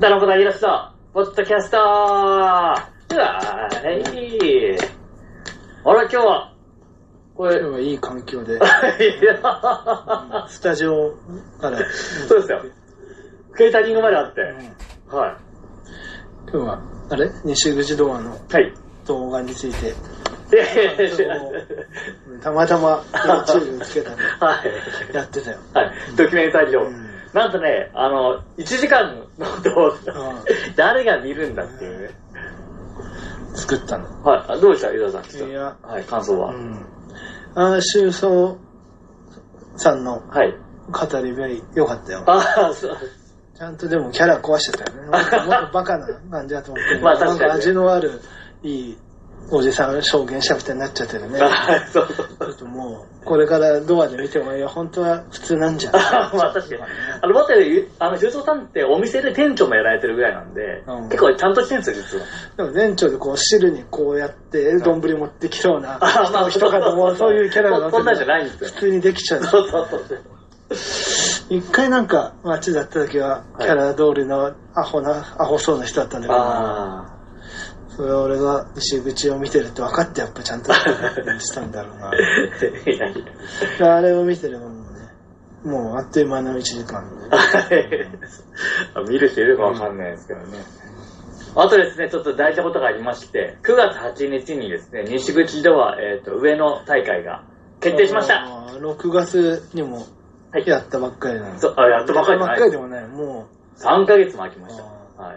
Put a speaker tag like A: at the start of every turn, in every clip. A: ダラボダイラスト、ポッドキャストはーい。あら、今日は、これ、
B: 今日はいい環境で、
A: いや
B: スタジオから、
A: そうですよ。ケータリングまであって。
B: うん
A: は
B: 今日は、あれ西口ドアの
A: い。はい。
B: 動画について、
A: で、は
B: たまたま YouTube つ けたら
A: い。
B: やってたよ。
A: はい。ドキュメンタリーを。
B: うん
A: なんとね、あの、1時間の動画、
B: う
A: 誰が見るんだっていうね。
B: 作ったの。
A: はいあ。どうでした伊沢さん。ちょっ
B: い
A: と
B: や、
A: はい、感想
B: う
A: は。
B: ん。ああ、修僧さんの
A: はい。
B: 語り部良かったよ。
A: ああ、そう。
B: ちゃんとでもキャラ壊し てたよね。なんかもっとバカな感じだと思って、
A: まあ確かにね
B: なんか味のある、いいおじさん証言者みたいになっちゃって るね。
A: あそうそうそう
B: ちょっともう、これからドアで見ても、いや、本当は普通なんじゃん。
A: あ まあ確かに。あの、もっと言うあの、修造さんってお店で店長もやられてるぐらいなんで、
B: うん
A: 結構ちゃんとしてるんですよ、実は。
B: でも店長でこう、汁にこうやって、丼持ってきそうな
A: あまあ
B: 人かと思う、そういうキャラが
A: こんなんじゃないんですよ
B: 普通にできちゃう。
A: そうそうそう。
B: 一回なんか、街だった時は、
A: い
B: キャラ通りのアホな、アホそうな人だったんだけど、
A: あ
B: それは俺が西口を見てるって分かって、やっぱ ちゃんとしたんだろうな。
A: あ。いやいや。
B: であれを見てるもんね、もうあっという間の1時間で。
A: はい見る人いるかわかんないですけどね。あとですね、ちょっと大事なことがありまして、9月8日にですね、西口では、えっ、と、上野大会が決定しました。
B: あー。6月にも
A: はい
B: やったばっかりなの。
A: そうあやったばっかりじゃない
B: でもない。も
A: 3ヶ月も空きました。
B: あ
A: はい。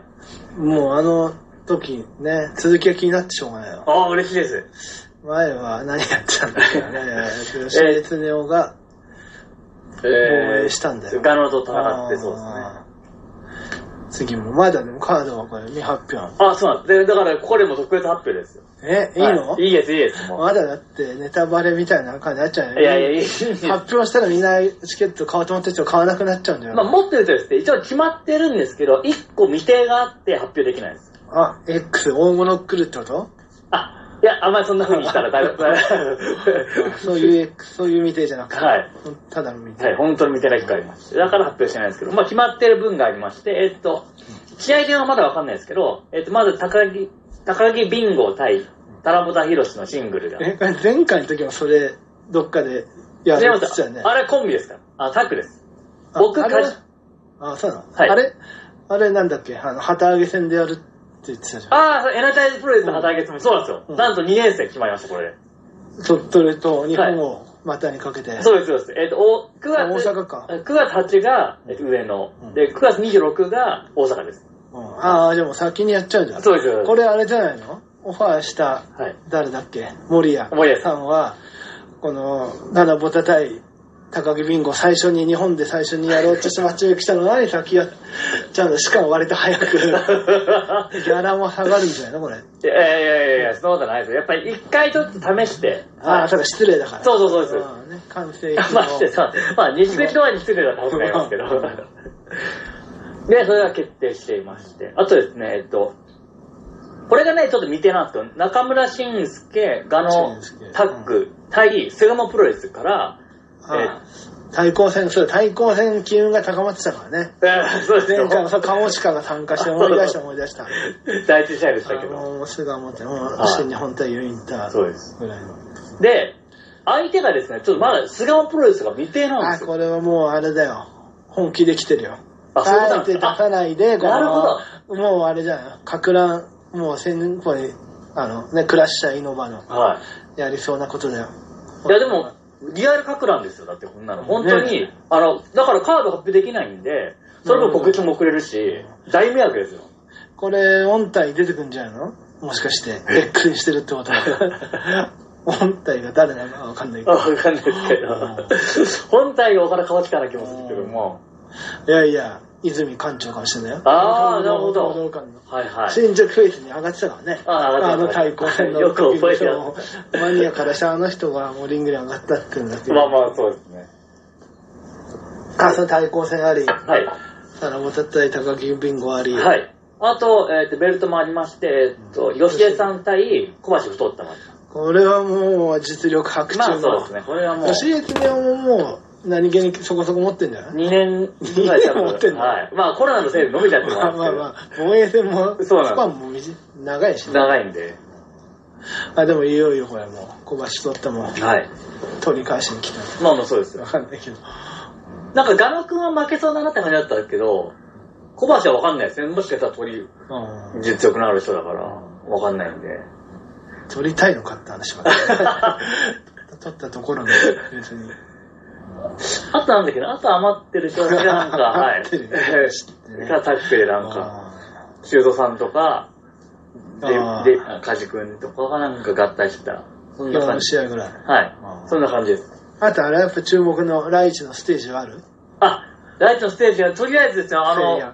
B: う、もうあの時ね、続きが気になってしょうがないよ。
A: ああ、嬉しいです。
B: 前は何やってたんだ っけね。吉江恒夫が
A: 防
B: 衛したんだよ
A: ガノと戦ってそうですね。
B: ね。次も、まだでもカードはこれ未発表。
A: あ、そうなんです。で、だから、これも特別発表ですよ。
B: え、いいの、
A: はいいいです、いいです。もう
B: まだだってネタバレみたいな感じになっちゃうよ
A: いやいや、いいで
B: 発表したらみんなチケット買おうと思ってる人買わなくなっちゃうんじゃな
A: まあ、
B: い、
A: もっと言うとですね、一応決まってるんですけど、一個未定があって発表できないです。
B: あ、X、大物来るってこと
A: あ、いや、あんまりそんな風にしたらだいぶ、
B: そういう X、そういう未定じゃなくて、
A: はい。
B: ただの未定。
A: はい、本当に未定な期間ありまして、だから発表してないんですけど、まあ、決まってる分がありまして、えっと、試合順はまだわかんないですけど、えっと、まず高木、高木ビンゴ対、タラボタヒロシのシングルが。
B: え、これ前回の時もそれ、どっかでや
A: 違い
B: る
A: ま
B: って言ってたよね
A: す。あれコンビですから。あ、タッグです。僕、
B: あ
A: か
B: あれ
A: じ
B: あ、そうなの、
A: はい
B: あれあれなんだっけあの、旗揚げ戦でやるって言ってたじゃ
A: ああ、そうエナタイズプロレスの旗揚げつもそうなんですよ。
B: うん
A: なんと2年生決まりました、これで。
B: ん。鳥取と日本を股にかけて。
A: そうです、そうです。えっ、と、お9
B: あ
A: 月、
B: 大阪か。
A: 9月8がえっと上野、
B: うん
A: で、9月26が大阪です。
B: うん、ああ、じゃあもう先にやっちゃうじゃん。
A: そうです、そうです。
B: これあれじゃないのオファーした、
A: はい。
B: 誰だっけ森谷
A: 森谷
B: さんは、この、七ボタ対高木ビンゴ最初に、日本で最初にやろうとしてマッチメイクしたの何先やっちゃうのしかも割と 早く。ギャラも下がるんじゃないのこれ。
A: いやいやいやいや、そんなことないですよ。やっぱり一回ちょっと試して。
B: ああ、た
A: う
B: だ失礼だから。
A: そうそうそうです
B: んね、完成
A: です。まあ、してさ、まあ、西口ドアに失礼だったことになりますけど。 で、それが決定していまして。あとですね、えっと、これがね、ちょっと未定なんですけど、中村慎介がの
B: 慎介
A: タッグ対セガモプロレスから、
B: ああ対抗戦、そう、対抗戦機運が高まってたからね。
A: えー そうです
B: 前
A: よ。
B: 回もそう、カモシカが参加して思い出した思い 出した。あ
A: 第一試合でしたけど。
B: の、菅本って、も
A: は
B: う
A: い
B: 新日本対ユインタ
A: そ
B: ー
A: うです。
B: ぐらいの。
A: で、相手がですね、ちょっとまだ菅野プロレスが未定なん
B: あ、
A: ですよ。
B: これはもうあれだよ。本気で来てるよ。
A: あそういうことなん
B: あえ
A: で
B: て
A: す
B: 出
A: か
B: さないで、こ
A: なるほど
B: の、もうあれじゃないかく乱、もう先方に、あの、ね、クラッシャーイノバの、
A: は
B: やりそうなことだよ。
A: い。いやでも、リアル格なんですよ。だってこんなの。本当に、あの、だからカード発表できないんで、それも告知もくれるし、大迷惑ですよ。
B: これ、音体出てくんじゃないのもしかして、X にしてるってこ とは。音体が誰なのかわかんないけ
A: あ
B: ど。
A: わかんないですけど。本体がおから顔しかな気もするけども。
B: いやいや、泉館長かもしれないよ。
A: あーなるほど
B: 報道官の
A: はいはい。
B: 新宿フェイスに上がってたからね。
A: あー上が
B: あ
A: って
B: の
A: ました
B: 対抗戦の
A: よく覚えて
B: その
A: ま
B: マニアからしたらあの人がもうリングに上がったっていうんだけど。
A: まあまあ、そうですね。
B: あその対抗戦あり、
A: はい。
B: サラボタ対高木ビンゴあり、
A: はい。あと、えっ、と、ベルトもありまして、えっ、と、吉江さん対小橋太ったまで。
B: これはもう実力白
A: まあ
B: 昼
A: そうで
B: の
A: す。ね。これはもう。
B: 吉江恒夫ももう何気にそこそこ持ってんじゃない
A: 2年ぐらい多
B: 二年持ってん
A: 分、
B: の
A: はい。まあコロナのせいで伸びちゃってま
B: まあ
A: す
B: ま
A: け
B: あ
A: ど
B: まあ、防衛戦も、ス
A: そうなんです
B: パンも短い長いし、ね、
A: 長いんで。
B: あ、でもいよいよこれもう、小橋取ったもん、
A: はい。
B: 取り返しに来たっ
A: まあまあそうです
B: て
A: よ
B: わ。かんないけど。
A: なんかガノ君は負けそうだなって感じだったけど、小橋はわかんないですね。もしかしたら鳥、
B: うん
A: 実力のある人だから、わかんないんで。
B: 取りたいのかって話は、 取ったところも別に。
A: あとなんだけど、あと余ってる人がなん か、は
B: 余
A: い。
B: って る
A: がタッペイなんか、修造さんとか、で、
B: あー
A: で、梶君とかがなんか合体した。そんな感
B: 4
A: じ。
B: 試合ぐらい。
A: はい
B: あ。ー
A: そんな感じです。
B: あとあれやっぱ注目のライチのステージはある
A: あ、ライトのステージは、とりあえずですね、あ
B: せい
A: の
B: や、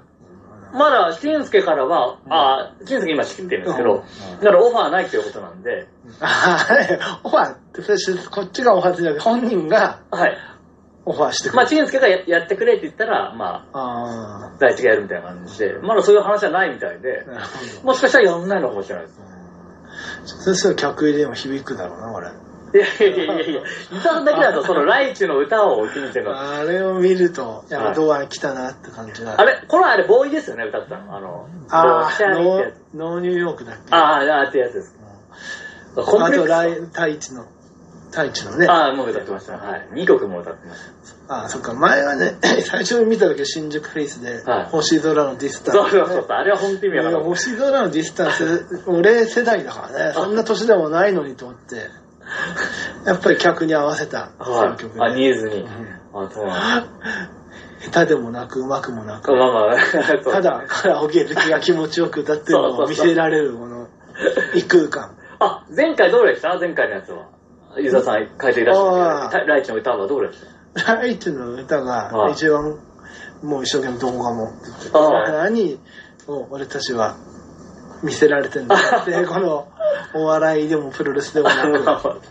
A: まだ、俊介からは、
B: うん
A: あー、俊介今仕切ってるんですけど、
B: うん
A: だからオファーないということなんで、
B: ああれ、オファーって、こっちがオファーじゃなくて、本人が
A: はい。
B: オファーしてく
A: まあ、
B: る。
A: チンスケがややってくれって言ったら、まあ、
B: ああ
A: 大地がやるみたいな感じで、まだそういう話はないみたいで
B: ー、、なるほど。
A: もしかしたらやんないのかもしれないです。
B: うんそうすると客入りでも響くだろうな、俺。
A: いやいやいやいや、伊沢だけだ と、その、ライチの歌を聞いてるの。
B: あれを見ると、やっ
A: は
B: ぱ
A: い
B: ドアに来たなって感じだ。
A: あれ、このあれ、ボーイですよね、歌ってたの。あの、
B: あ
A: シ
B: ー
A: ャーリーっ
B: ノ
A: てや
B: ー
A: つ。
B: ノーニューヨークだっけ
A: あーあー、ってやつです。コン
B: あ
A: プレッ
B: と
A: クス
B: ライ、太一の、太一のね。
A: ああ、もう歌ってました。はい。2曲も歌ってまし
B: ああ、そっか、前はね、 最初に見た時は新宿フェイスで、
A: はい
B: 星空のディスタ
A: た。
B: ンスね、
A: そうそうそう。あれは本当に意味
B: い
A: わか
B: や
A: んない。
B: 星空のディスタンス、俺世代だからね、そんな年でもないのにと思って、やっぱり客に合わせた、その曲
A: はい。あ、ニ
B: で。
A: ーズに。あ、そうなんだ。
B: 下手でもなく、うまくもなく、
A: まあまあ、そう
B: ただカラオケでが気持ちよく歌ってるのを見せられる、この異空間。
A: あ、前回どうでした前回のやつは。ユーザーさん書いていらっしゃ
B: あ
A: っ
B: ー
A: たけど、ライチの歌はどうでし
B: ライチの歌が
A: はい
B: 一番、もう一生懸命動画も、
A: たあー
B: 何を俺たちは見せられてんだな って、このお笑いでもプロレスでもなく、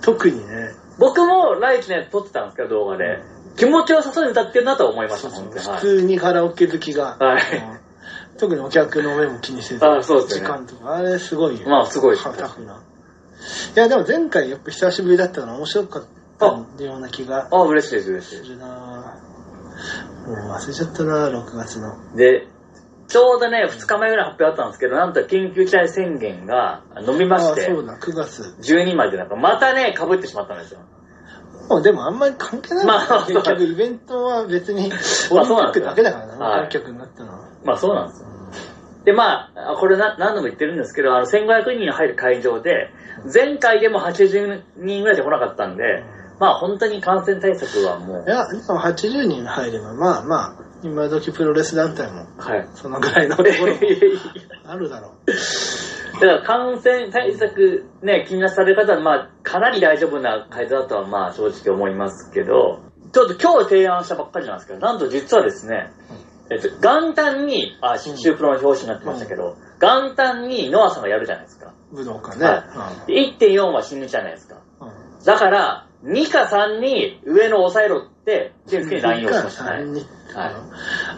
B: 特にね、
A: 僕もライチのやつ撮ってたんですけど、動画で。気持ちよさそうに歌ってるなとは思いまし
B: そ
A: た、
B: うそう
A: 本当に。
B: 普
A: はい
B: 通にカラオケ好きが、
A: はい
B: うん特にお客の目も気にせず、
A: あそうです
B: 時
A: ね
B: 間とか、あれすごいよ。
A: まあ、すごいです
B: は。タフな。いや、でも前回やっぱ久しぶりだったの面白かったような気が
A: あ、嬉しいです、嬉しい
B: す
A: で
B: るなもう忘れちゃったな6月の。
A: す。で、ちょうどね、2日前ぐらい発表あったんですけど、なんと緊急事態宣言が伸びま
B: あ
A: し
B: あ、
A: て、
B: そうだ、9月。
A: 12までなんか、またね、被ってしまったんですよ。
B: もうでもあんまり関係ないからね、
A: まあ
B: 結局イベントは別に、オリンピ
A: まあそうな
B: ッ
A: んです
B: ク
A: よ
B: だけだからな、
A: はい
B: 観客になったのは。
A: まあ、そうなんですよで、まあ、これな何度も言ってるんですけど、あの、1500人入る会場で、前回でも80人ぐらいで来なかったんで、まあ、本当に感染対策はもう
B: い、や、でも80人入れば、まあまあ、今時プロレス団体も
A: はい。
B: そのぐらいのところもあるだろう。
A: だから、感染対策ね、気になされる方は、まあ、かなり大丈夫な会場だとは、まあ、正直思いますけど、ちょっと今日提案したばっかりなんですけど、なんと実はですね、えっと、元旦に、あ、シュープロの表紙になってましたけど、元旦にノアさんがやるじゃないですか。
B: 武道館ね。
A: はいで1.4は死ぬじゃないですか。
B: うん
A: だから、2か3に上の抑えろって、健介に LINE をしました。はい
B: 三人
A: はい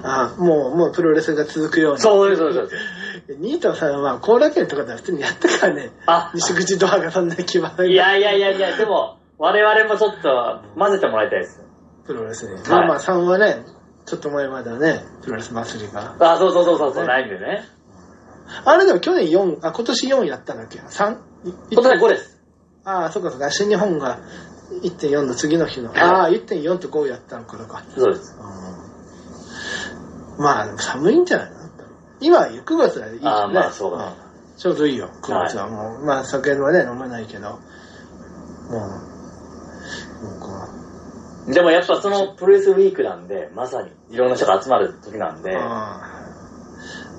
B: あもう、もうプロレスが続くように。
A: そうです、そうです。そうです
B: ニートさんは後楽園とかでは普通にやったからね、
A: あ、
B: 西口ドアがそんなに決まらない
A: いやいやいやいや、でも、我々もちょっと混ぜてもらいたいです。
B: プロレスに。
A: い
B: まあまあ3はね、ちょっと前まではね、プロレス祭りが。
A: あ、そうそうそうそう、そう
B: ね
A: ないんでね。
B: あれでも去年4、あ、今年4やったんだっけ ?3?
A: 今年は5です。
B: ああ、そっかそっか、新日本が1.4の次の日の。ああ、1.4と5やったの頃か。
A: そうです。
B: まあ、でも寒いんじゃないの今は9月はいいけどね
A: あーまあそうだ
B: んちょうどいいよ、9月はもう。まあ、酒はね、飲めないけど。もう、もうこう。
A: でもやっぱそのプロレスウィークなんで、まさにいろんな人が集まる時なんで、
B: うん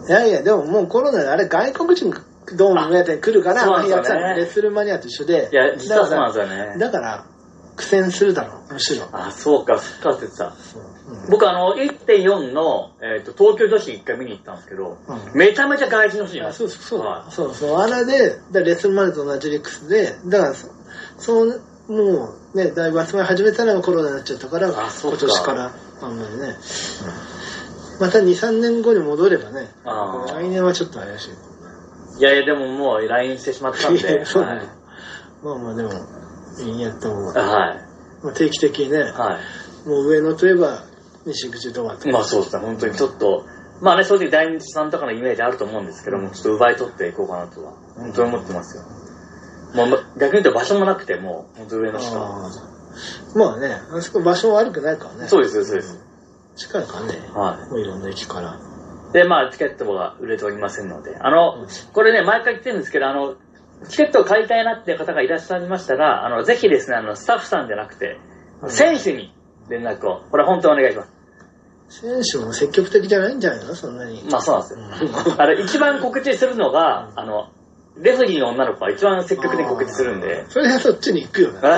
B: いやいや、でももうコロナであれ、外国人どうも目当てに来るから、
A: あそう
B: ま
A: な
B: あ
A: んですよ
B: やっ
A: ね
B: てたのレッスルマニアと一緒で。
A: いや、実はそう
B: だ
A: な
B: か
A: んですよ
B: ら、
A: ね。
B: だから苦戦するだろう、むしろ。
A: あ、そうか、そっかって言ってた。
B: そううん
A: 僕あの、1.4の、えっと東京女子一回見に行ったんですけど、
B: うん
A: めちゃめちゃ外人の人い
B: あ
A: ます。
B: そうそうそう、
A: はい
B: そうそうあれでだからレッスンマネと同じ理屈でだからそそうもうねだいぶ集まり始めたのがコロナになっちゃったから
A: あそう
B: 今
A: か
B: 年からあんまりね、また23年後に戻ればね
A: あー
B: 来年はちょっと怪しい
A: いやいや、でもも う LINE してしまったん
B: いやい
A: で。
B: やそうな
A: は
B: の
A: い。
B: まあまあでもいいやった方が
A: はい。
B: まあ、定期的にね、
A: は
B: もう上野といえば西口ドアと
A: い。まあそうですね、本当にちょっと、まあね、正直大日さんとかのイメージあると思うんですけども、ちょっと奪い取っていこうかなとは、本当に思ってますよ。もうま逆に言うと場所もなくてもう、本当上のしか。
B: あーまあね、あそこ場所悪くないからね。
A: そう
B: う
A: です、そうです。
B: 近いからね。
A: は
B: もういろんな駅から。
A: い。で、まあ、チケットが売れておりませんので、あの、これね、毎回言ってるんですけど、あの、チケットを買いたいなっていう方がいらっしゃいましたら、あの、ぜひですね、あの、スタッフさんじゃなくて、
B: うん
A: 選手に連絡を、これは本当お願いします。
B: 選手も積極的じゃないんじゃないのそんなに。
A: まあそうなんですよ。あれ、一番告知するのが、あの、レフェリーの女の子が一番積極的に告知するんで
B: あー。それはそっちに行くよな。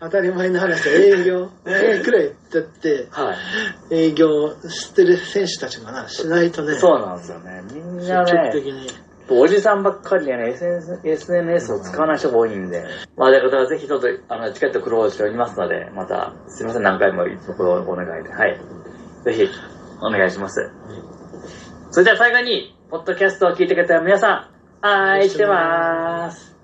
B: 当たり前の話だ 営業。ええくらいだって、
A: は
B: 営業を知ってる選手たちがな、しないとね。
A: い。そうなんですよね。みん
B: 積
A: な
B: 極
A: ね
B: 的、に。
A: おじさんばっかりでね、SNS, SNS を使わない人が多いんで。まあ、だからぜひちょっと、あの、チケット苦労しておりますので、また、すいません、何回もいつもこれをお願いで。はい。ぜひ、お願いします。それでは最後に、ポッドキャストを聞いてくれた皆さん、愛してまーす。